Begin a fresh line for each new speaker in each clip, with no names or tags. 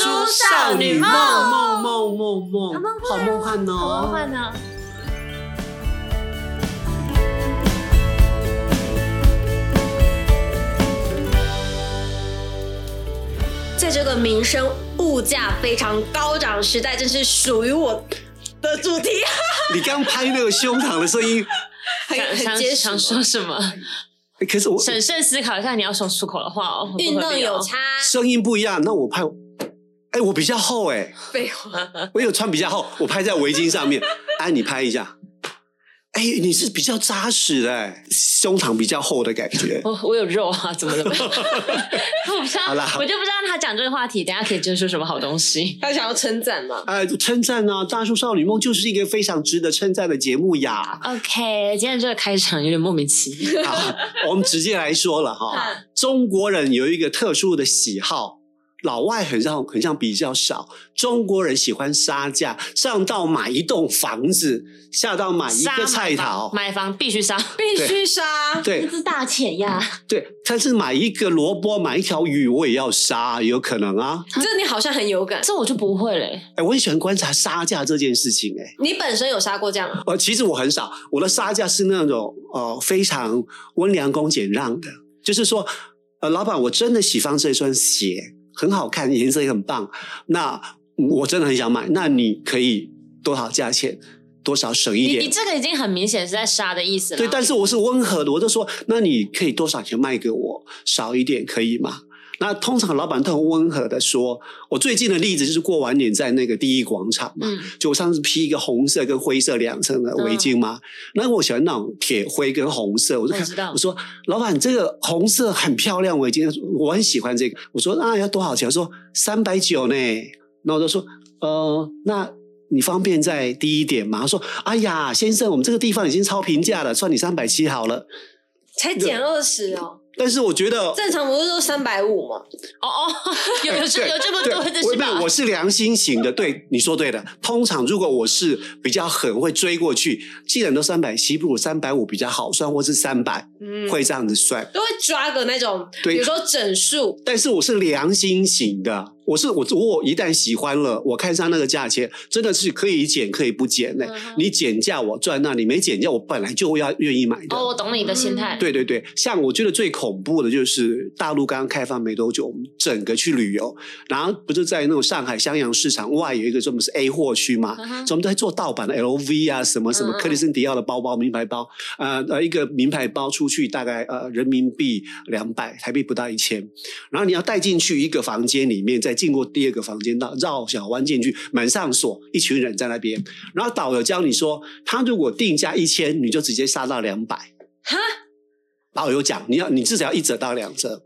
少女梦
梦梦梦梦
梦
好梦幻
好梦
哦！
幻呢？
在这个民生物价非常高涨时代，真是属于我的主题。
你刚拍那个胸膛的声音，
很
想
很
想
结实
想。说什么？
可是我
审慎思考一下你要说出口的话哦。会不会
运动
被
有
哦
差，
声音不一样，那我拍，哎，我比较厚哎、
废话，
我有穿比较厚，我拍在围巾上面。 哎，你拍一下。哎，你是比较扎实的、哎胸膛比较厚的感觉。
我我有肉啊，怎么了？ 我不知道
好啦，
我就不知道他讲这个话题，等一下可以接出什么好东西。
他想要称赞嘛？
哎，称赞啊，《大叔少女梦》就是一个非常值得称赞的节目呀。
OK，今天这个开场有点莫名其妙。
好，我们直接来说了 哈。中国人有一个特殊的喜好，老外很像很像比较少。中国人喜欢杀价，上到买一栋房子，下到买一
杀
个菜
买房
桃。
买房必须杀。
必须杀，
对
是大钱呀！
对，但是买一个萝卜，买一条鱼，我也要杀，有可能啊。
这你好像很有感。
这我就不会嘞。
哎，我很喜欢观察杀价这件事情、哎，
你本身有杀过这样啊？
呃，其实我很少，我的杀价是那种呃非常温良恭俭让的，就是说，呃，老板，我真的喜欢这双鞋，很好看，颜色也很棒，那我真的很想买，那你可以多少价钱，多少省一
你你
点。
这个已经很明显是在杀的意思了。
对，但是我是温和的，我就说，那你可以多少钱卖给我，少一点可以吗？那通常老板都很温和的说，我最近的例子就是过完年在那个第一广场嘛，
嗯，
就我上次披一个红色跟灰色两层的围巾嘛，那我喜欢那种铁灰跟红色，我就
我
看
知道
我说老板这个红色很漂亮围巾，我很喜欢这个，我说那要多少钱？他说三百九呢，那我就说呃那。你方便再低一点吗？他说：“哎呀，先生，我们这个地方已经超平价了，算你三百七好了。
才减二十哦，”
但是我觉得
正常不是都三百五吗？
哦哦， 有有这有这么
对，
多的
我
是吧
不？我是良心型的，对，你说对的。通常如果我是比较狠，会追过去，既然都三百七，不如三百五比较好算，或是三百、
嗯，
会这样子算。
都会抓个那种，
对
比如说整数，
但是我是良心型的，我是我如果一旦喜欢了，我看上那个价钱，真的是可以减可以不减的、
嗯哼
你减价我赚那，你没减价我本来就要愿意买的。
哦，我懂你的心
嗯
态。
对对对，像我觉得最恐怖的就是大陆刚刚开放没多久，我们整个去旅游，然后不是在那种上海襄阳市场外有一个专门是 A 货区嘛，
嗯哼
专门都在做盗版的 LV 啊，什么什么
嗯嗯
克里森迪奥的包包、名牌包，呃呃，一个名牌包出去大概呃人民币两百，台币不到一千，然后你要带进去一个房间里面，再经过第二个房间到绕小弯进去，门上锁，一群人在那边，然后导游教你说，他如果定价一千，你就直接杀到两百。
哈，
导游讲，你要你至少要一折到两折，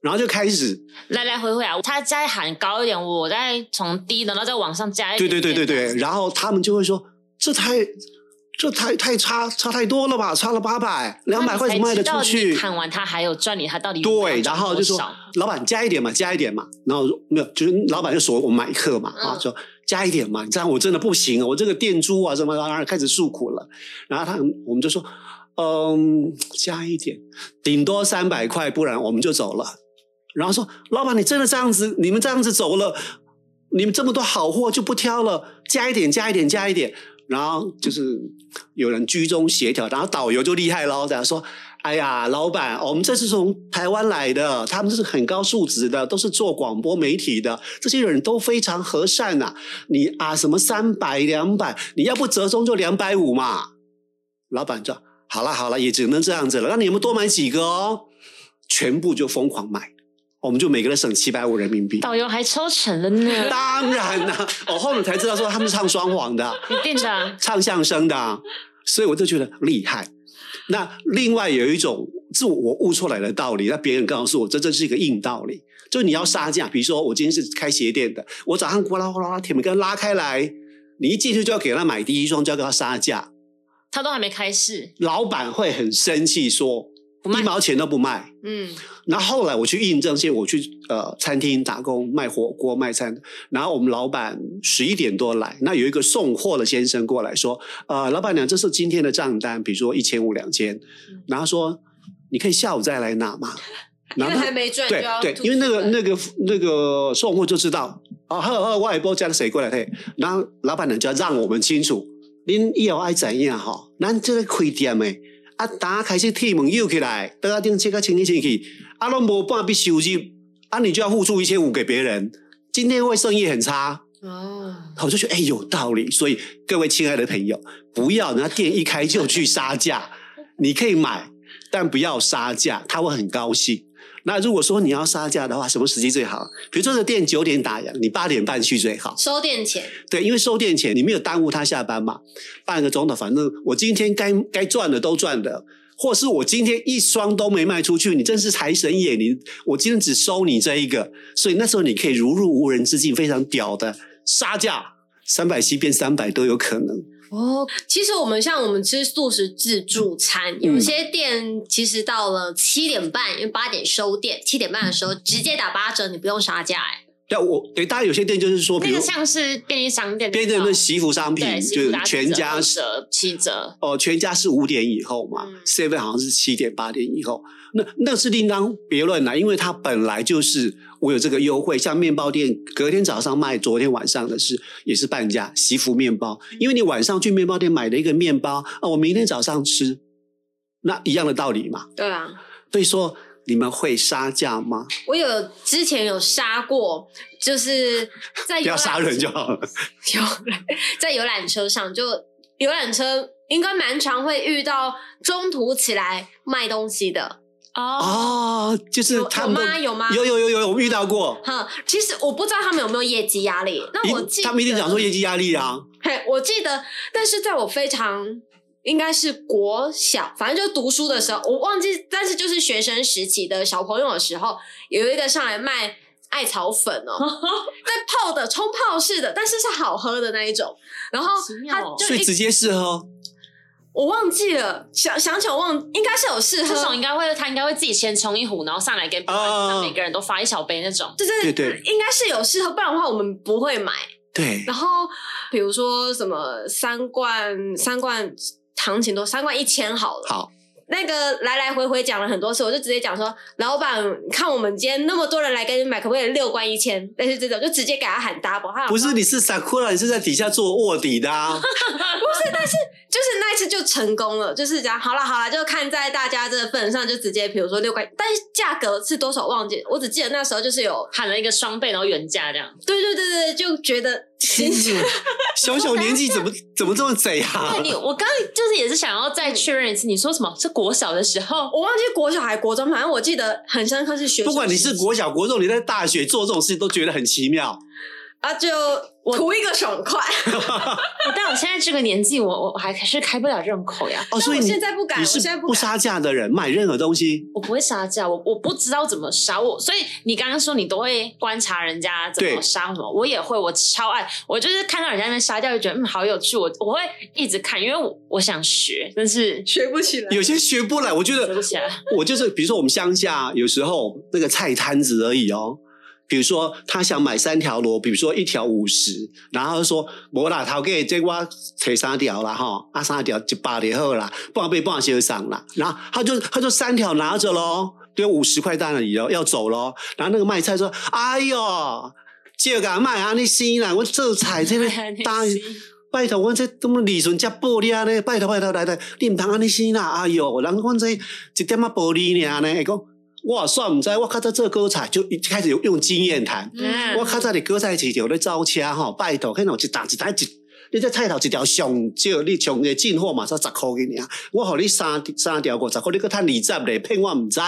然后就开始，
来来回回啊，他再喊高一点，我再从低的，然后再往上加一
对
点
对对对对，然后他们就会说，这太这太太差差太多了吧，差了八百，两百块钱卖得出去。
看完他还有赚你，他到底
对，
要
然
赚
后就
多
说
少
老板加一点嘛，加一点嘛，然后我说没有，就是老板就说我买课嘛，
嗯
啊，说加一点嘛，这样我真的不行了，我这个店租啊什么，然后开始诉苦了，然后他我们就说，嗯，加一点，顶多三百块，不然我们就走了。然后说老板，你真的这样子，你们这样子走了，你们这么多好货就不挑了，加一点，加一点，加一点。然后就是有人居中协调，然后导游就厉害喽，这样说。哎呀，老板，我们这是从台湾来的，他们是很高素质的，都是做广播媒体的，这些人都非常和善呐、你啊，什么三百、两百，你要不折中就两百五嘛。老板说：“好了好了，也只能这样子了。那你们多买几个哦。”全部就疯狂买，我们就每个人省七百五人民币。
导游还抽成 了呢，
当然啦、我后面才知道说他们是唱双簧的，
一定的啊。
唱相声的啊，所以我就觉得厉害。那另外有一种是我悟出来的道理，那别人告诉我，这真是一个硬道理。就你要杀价，比如说我今天是开鞋店的，我早上哗啦哗啦哗啦铁门给他拉开来，你一进去就要给他买第一双，就要给他杀价，
他都还没开市，
老板会很生气说，
不卖
一毛钱都不卖。
嗯，
然后后来我去印证，现在我去呃餐厅打工卖火锅卖餐，然后我们老板十一点多来，那有一个送货的先生过来说，呃，老板娘，这是今天的账单，比如说一千五两千，
嗯
然后说你可以下午再来拿嘛，
因
然
为
后他
还没赚就
对
要
对
吐，
因为那个
出来
那个那个送货就知道，啊，好好，我下波叫谁过来退？然后老板人家让我们清楚，恁以后爱怎样吼，咱这个开店的，啊，打开始铁门摇起来，桌仔顶切个清理清气，啊，拢无半笔收入，啊，你就要付出一千五给别人，今天会生意很差。
哦，
我就觉得哎、有道理，所以各位亲爱的朋友，不要人家店一开就去杀价，你可以买，但不要杀价，他会很高兴。那如果说你要杀价的话，什么时机最好？比如说这店九点打烊，你八点半去最好。
收店钱，
对，因为收店前你没有耽误他下班嘛，半个钟头，反正我今天该该赚的都赚的，或是我今天一双都没卖出去，你真是财神爷，你我今天只收你这一个，所以那时候你可以如入无人之境，非常屌的杀价，三百七变三百都有可能。
哦，其实我们像我们吃素食自
嗯
助餐，有些店其实到了七点半，因为八点收店，七点半的时候
嗯
直接打八折，你不用杀价哎、
对，我对大家有些店就是说，比
那
如
个像是便利商店那
别
种，
人的西服商品
对，
就是
是
全家
打折七折，
哦，全家是五点以后嘛
嗯
，seven、好像是七点八点以后，那那是另当别论啦，因为它本来就是我有这个优惠，像面包店隔天早上卖，昨天晚上的是也是半价，媳妇面包，
嗯
因为你晚上去面包店买了一个面包啊，我明天早上吃，那一样的道理嘛，
对啊，
所以说你们会杀价吗？
我有之前有杀过，就是在
不
游
要
览
杀人就好
哎
了，
游览在游览车上，就游览车应该蛮常会遇到中途起来卖东西的。
哦，
哦，就是
啊有
他
有
们
吗？有吗？
有有有有，我们遇到过，
哼，其实我不知道他们有没有业绩压力。那我
一
记得
他们一定讲说业绩压力啊。
嘿， 我记得，但是在我非常应该是国小，反正就读书的时候，我忘记，但是就是学生时期的小朋友的时候，有一个上来卖艾草粉哦， 在泡的冲泡式的，但是是好喝的那一种。然后
好奇
他
妙哦
就
所以
一
直接试喝，
我忘记了，想想起来我忘，应该是有试
这种
喝
应。该会他应该会自己先冲一壶，然后上来给
啊
每个人都发一小杯那种。
对
对
对
对
应该是有试喝，不然的话我们不会买。
对，
然后比如说什么三罐三罐行情多，三罐一千好了。
好，
那个来来回回讲了很多次，我就直接讲说，老板，你看我们今天那么多人来给你买，可不可以六罐一千？但是这种就直接给他喊 double，他
不 是你是 Sakura，你是在底下做卧底的、啊，
就是那一次就成功了，就是讲好了好了，就看在大家这份上，就直接比如说六块，但是价格是多少忘记了，我只记得那时候就是有，
喊了一个双倍，然后原价这样。
对对对对，对就觉得心情
小小年纪怎么怎么这么贼啊
那？你我刚刚就是也是想要再确认一次，你说什么？是国小的时候？
我忘记国小还国中，反正我记得很深刻是学生时期，
不管你是国小国中，你在大学做这种事都觉得很奇妙。哦
啊，就图一个爽快，
但我现在这个年纪，我我还是开不了这种口呀，
哦，所以
我
你
现在不敢，
你
我
是
现在
不
敢。
杀价的人，买任何东西，
我不会杀价，我我不知道怎么杀我。所以你刚刚说你都会观察人家怎么
对
杀什么，我也会，我超爱，我就是看到人家在那杀价就觉得嗯好有趣，我我会一直看，因为我我想学，但是
学不起来，
有些学不来。我觉
学不
得
起来。
我就是，比如说我们乡下有时候那个菜摊子而已哦。比如说，他想买三条螺，比如说一条五十，然后他就说：“无啦，头给这我提三条啦，吼，啊三条一百就好啦，不然被半先上啦。”然后他就他就三条拿着喽，对，五十块在那里哦，要走喽。然后那个卖菜说：“哎哟，这个卖啊，你死啦，我做菜这个大。”拜托，阮这这么利润才薄利啊呢？拜托拜托，来来，你毋通安尼死啦！哎哟，人阮这一点仔薄利尔呢，会讲我算毋知，我较早做韭菜就一开始用经验谈。
嗯
我较早伫韭菜市场咧招车吼，拜托，迄种一担一担一，你这菜头一条上少，你上个进货嘛才十箍给你啊！我互你三三条五十箍，你搁趁二十咧，骗我毋知。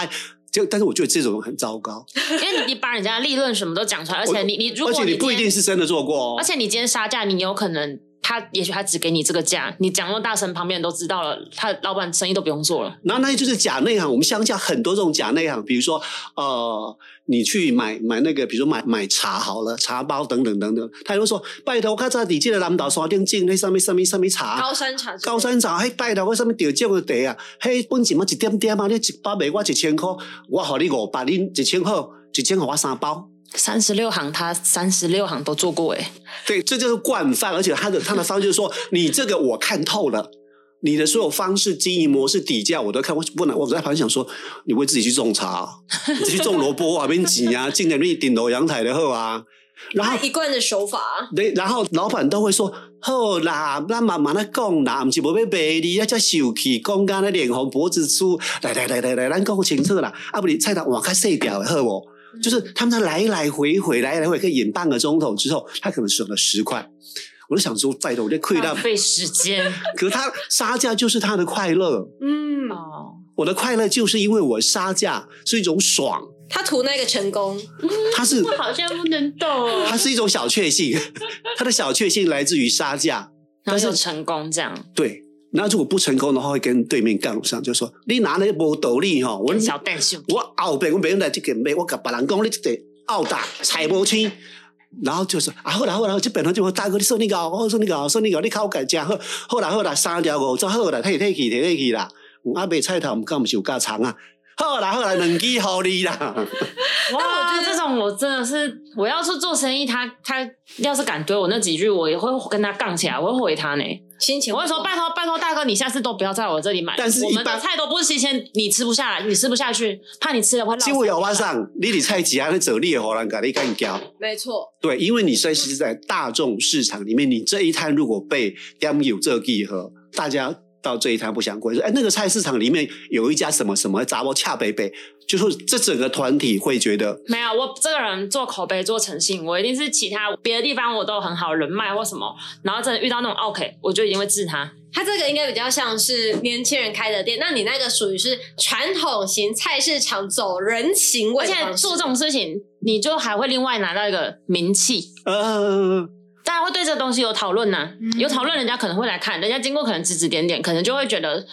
就但是我觉得这种很糟糕，
因为你你把人家的利润什么都讲出来，而且你你如
而
果
且你
今
不一
天
定是真的做过哦。
而且你今天杀价，你有可能他也许他只给你这个价，你讲那么大声，旁边人都知道了，他老板生意都不用做了。
然后那就是假内行，我们乡下很多这种假内行，比如说呃，你去买买那个，比如说买买茶好了，茶包等等等等，他就说拜托，我较早伫这个南岛山顶种那上面上面上面茶，
高山茶，
高山茶，迄拜托我上面调种的茶啊，迄本钱嘛一点点啊，你一包卖我一千块，我互你五百，恁一千好，一千互我三包。
三十六行，他三十六行都做过哎、
对，这就是惯犯，而且他的他的方式就是说，你这个我看透了，你的所有方式、经营模式、底价我都看。我不能，我在旁边想说， 你会自己去种茶、你自己种萝卜啊，边挤啊，进来你顶楼阳台的后啊，然后
他一贯的手法，
对，然后老板都会说：“好啦，咱慢慢来讲啦，毋是无要卖你，啊才受气，讲干咧脸红脖子粗，来来来来来，咱讲清楚啦，啊不你菜单换较细条的好无？”
嗯
就是他们来来回回来来回可以演半个钟头之后，他可能省了十块。我就想说，拜托，我这亏到
浪，费时间
可他杀价就是他的快乐，
嗯，
哦，
我的快乐就是因为我杀价是一种爽，
他图那个成功，
它是
我好像不能懂哦，
它是一种小确幸， 它的小确幸来自于杀价。
然
但
后
是
就成功这样，
对，那如果不成功的话，会跟对面杠上，就说你拿那无道理吼，我
小蛋秀
我后边我别人来这个卖，我甲别人讲你这个傲打踩无清。然后就说啊，好啦好啦，这边人就说大哥，你说你搞，我说你搞，说你搞，你口感真好，好啦好啦，三条五十好啦，退退去退退去啦，嗯啊卖菜头毋敢毋是有加长啊，好啦好啦，两支互你啦，
哇，
但我
我
觉
觉
得
得这种我真的是，我要是做生意，他他要是敢怼我那几句，我也会跟他杠起来，我会回他呢。
心情
我会说拜托拜托大哥，你下次都不要在我这里买，
但是
我
一
们
般
的菜都不是新鲜，你吃不下来，你吃不下去，怕你吃了会
结
浪
果
费。
有我上，你理菜市安尼做，你会互人甲你干交。
没错，
对，因为你算是在大众市场里面，你这一摊如果被 damn 有这集合，大家到这一摊不想过，说哎，那个菜市场里面有一家什么什么杂包恰北北，就是这整个团体会觉得
没有，我这个人做口碑做诚信，我一定是其他别的地方我都有很好人脉或什么，然后真的遇到那种 OK，我就一定会治他。
他这个应该比较像是年轻人开的店，那你那个属于是传统型菜市场走人情
而
味的
且
方式，
做这种事情，你就还会另外拿到一个名气，
呃，
大家会对这东西有讨论呐
嗯，
有讨论，人家可能会来看，人家经过可能指指点点，可能就会觉得，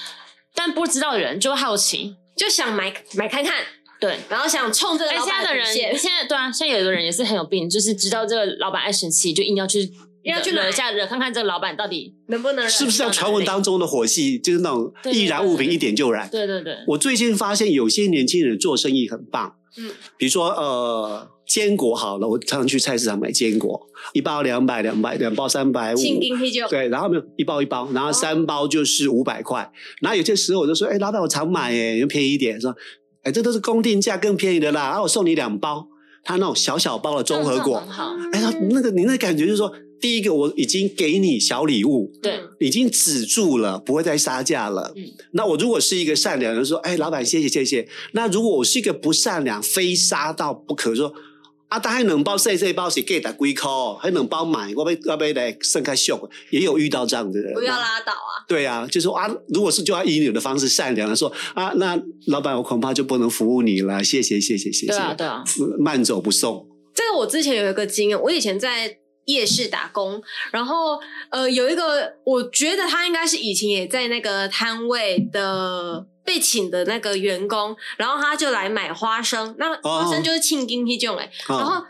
但不知道的人就会好奇，
就想买买看看，
对。
然后想冲这个
哎，
老
现
板
在的人，
底线
现在对啊，现在有的人也是很有病，就是知道这个老板爱生气，就硬要去
要去
惹
买
一下，惹看看这个老板到底。
能不能
是不是像传闻当中的火气，就是那种
对
易燃物品一点就燃？
对对对，
我最近发现有些年轻人做生意很棒，
嗯
比如说呃，坚果好了，我常常去菜市场买坚果，一包两百，两百两包三百五，
庆丁啤酒？
对，然后没有一包一包，然后三包就是五百块。然后有些时候我就说，哎，老板，我常买耶，就便宜一点。说，哎，这都是公定价更便宜的啦，啊然后我送你两包，他那种小小包的综合
这种
果
很。好，
哎，他那个你那感觉就是说，第一个我已经给你小礼物，
对，
已经止住了，不会再杀价了。
嗯
那我如果是一个善良的说，哎，老板，谢谢谢谢。那如果我是一个不善良，非杀到不可说。啊，大概两包细细包是给打几箍，还两包买，我被我被来盛开秀，也有遇到这样的人。
不要拉倒啊！
对啊，就说啊，如果是就要以你的方式善良的说啊，那老板我恐怕就不能服务你了，谢谢谢谢谢谢，
对啊对啊，
慢走不送。
这个我之前有一个经验，我以前在夜市打工，然后呃有一个，我觉得他应该是以前也在那个摊位的。被请的那个员工，然后他就来买花生，那花
哦
生就是庆丁啤酒哎，
啊
然后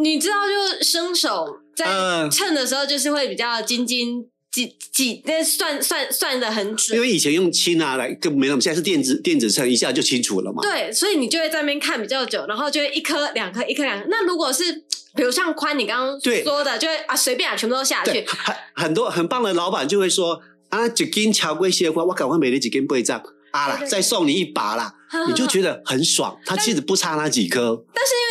你知道，就生手在
嗯
称的时候，就是会比较斤斤几几，那算算算的很
因
准。
为以前用亲啊来更没那么，现在是电子电子秤，一下就清楚了嘛。
对，所以你就会在那边看比较久，然后就会一颗两颗一颗两颗。那如果是比如像宽你刚刚
对
说的，就会啊随便啊全部都下
对，
去，
很很多很棒的老板就会说啊，几斤桥龟蟹块，我赶快每天几斤备账啊啦
对，对嗯
再送你一把啦，你就觉得很爽。他其实不差那几颗，
因为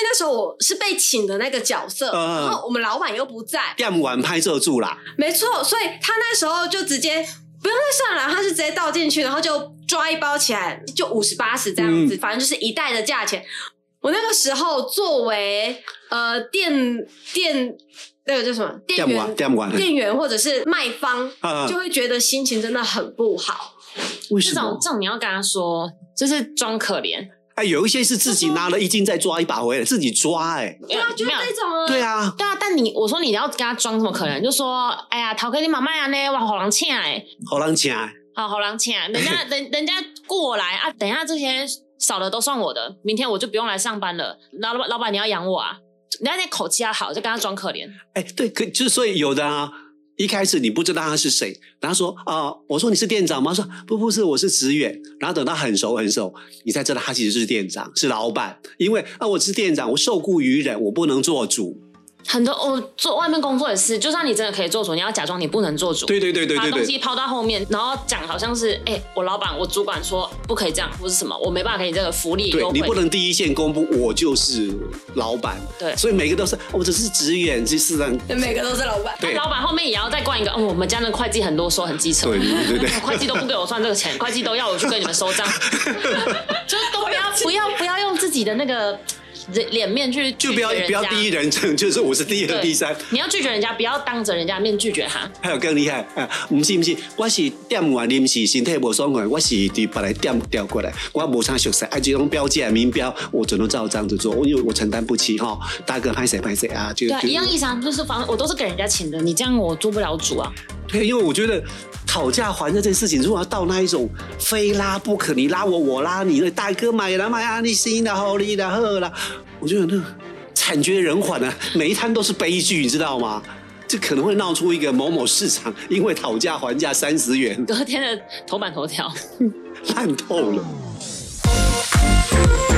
那时候我是被请的那个角色，
嗯
然后我们老板又不在，
干完拍摄住啦，
没错，所以他那时候就直接。不用再算了，他是直接倒进去，然后就抓一包起来，就五十八十这样子，反正就是一袋的价钱。我那个时候作为呃店店那个叫什么店
干完
员、
干完，
店员或者是卖方，
啊
就，会觉得心情真的很不好。
为
这
什
种
么？
这种你要跟他说，就是装可怜，
哎，有一些是自己拿
嗯
了一斤再抓一把回来，自己抓哎，
因为
啊，就是
没有。
这种啊，
对啊，
对啊，但你我说你要跟他装什么可怜，就说哎呀，陶哥你妈妈呀呢，哇好狼欠哎，
好人请哎，
好好狼欠，人家人人家过来啊，等一下这些少的都算我的，明天我就不用来上班了。老老老板你要养我啊，人家那口气要好，就跟他装可怜。
哎，对，可就是所以有的啊，一开始你不知道他是谁，然后说啊、我说你是店长吗？他说不不是，我是职员。然后等到很熟很熟，你才知道他其实是店长，是老板，因为啊我是店长，我受雇于人，我不能做主。
很多我、做外面工作也是，就算你真的可以做主，你要假装你不能做主，
对对对对
把
对
东
对
西抛到后面，然后讲好像是哎、我老板、我主管说不可以这样，或是什么，我没办法给你这个福利优
对，
惠，
你不能第一线公布我就是老板，
对
所以每个都是哦我只是职员，只是让
每个都是老板。
那
对
老板后面也要再灌一个，哦，我们家那个会计很啰嗦，很机车。
对对对对
会计都不给我算这个钱，会计都要我去跟你们收 账，就是都不要不要不要用自己的那个脸脸面去
就不要
拒绝人
不要
家
第一人称，就是我是第一和
对
第三，
你要拒绝人家，不要当着人家面拒绝他。
还有更厉害啊！唔是唔是，我是点外临时身体无爽快，我是对别来点调过来，我无啥熟悉，啊，这种标价名标，我只能照这样子做，因为我承担不起哈。大哥拍谁拍谁啊，就
对啊，
就
一样意思啊，就是反正我都是给人家请的，你这样我做不了主啊。
对，因为我觉得讨价还价这件事情，如果要到那一种非拉不可，你拉我，我拉你，那大哥买了买啊，你行的好，你的好啦，我觉得那惨绝人寰啊，每一摊都是悲剧，你知道吗？这可能会闹出一个某某市场，因为讨价还价三十元，
隔天的头版头条。
烂透了。
Thank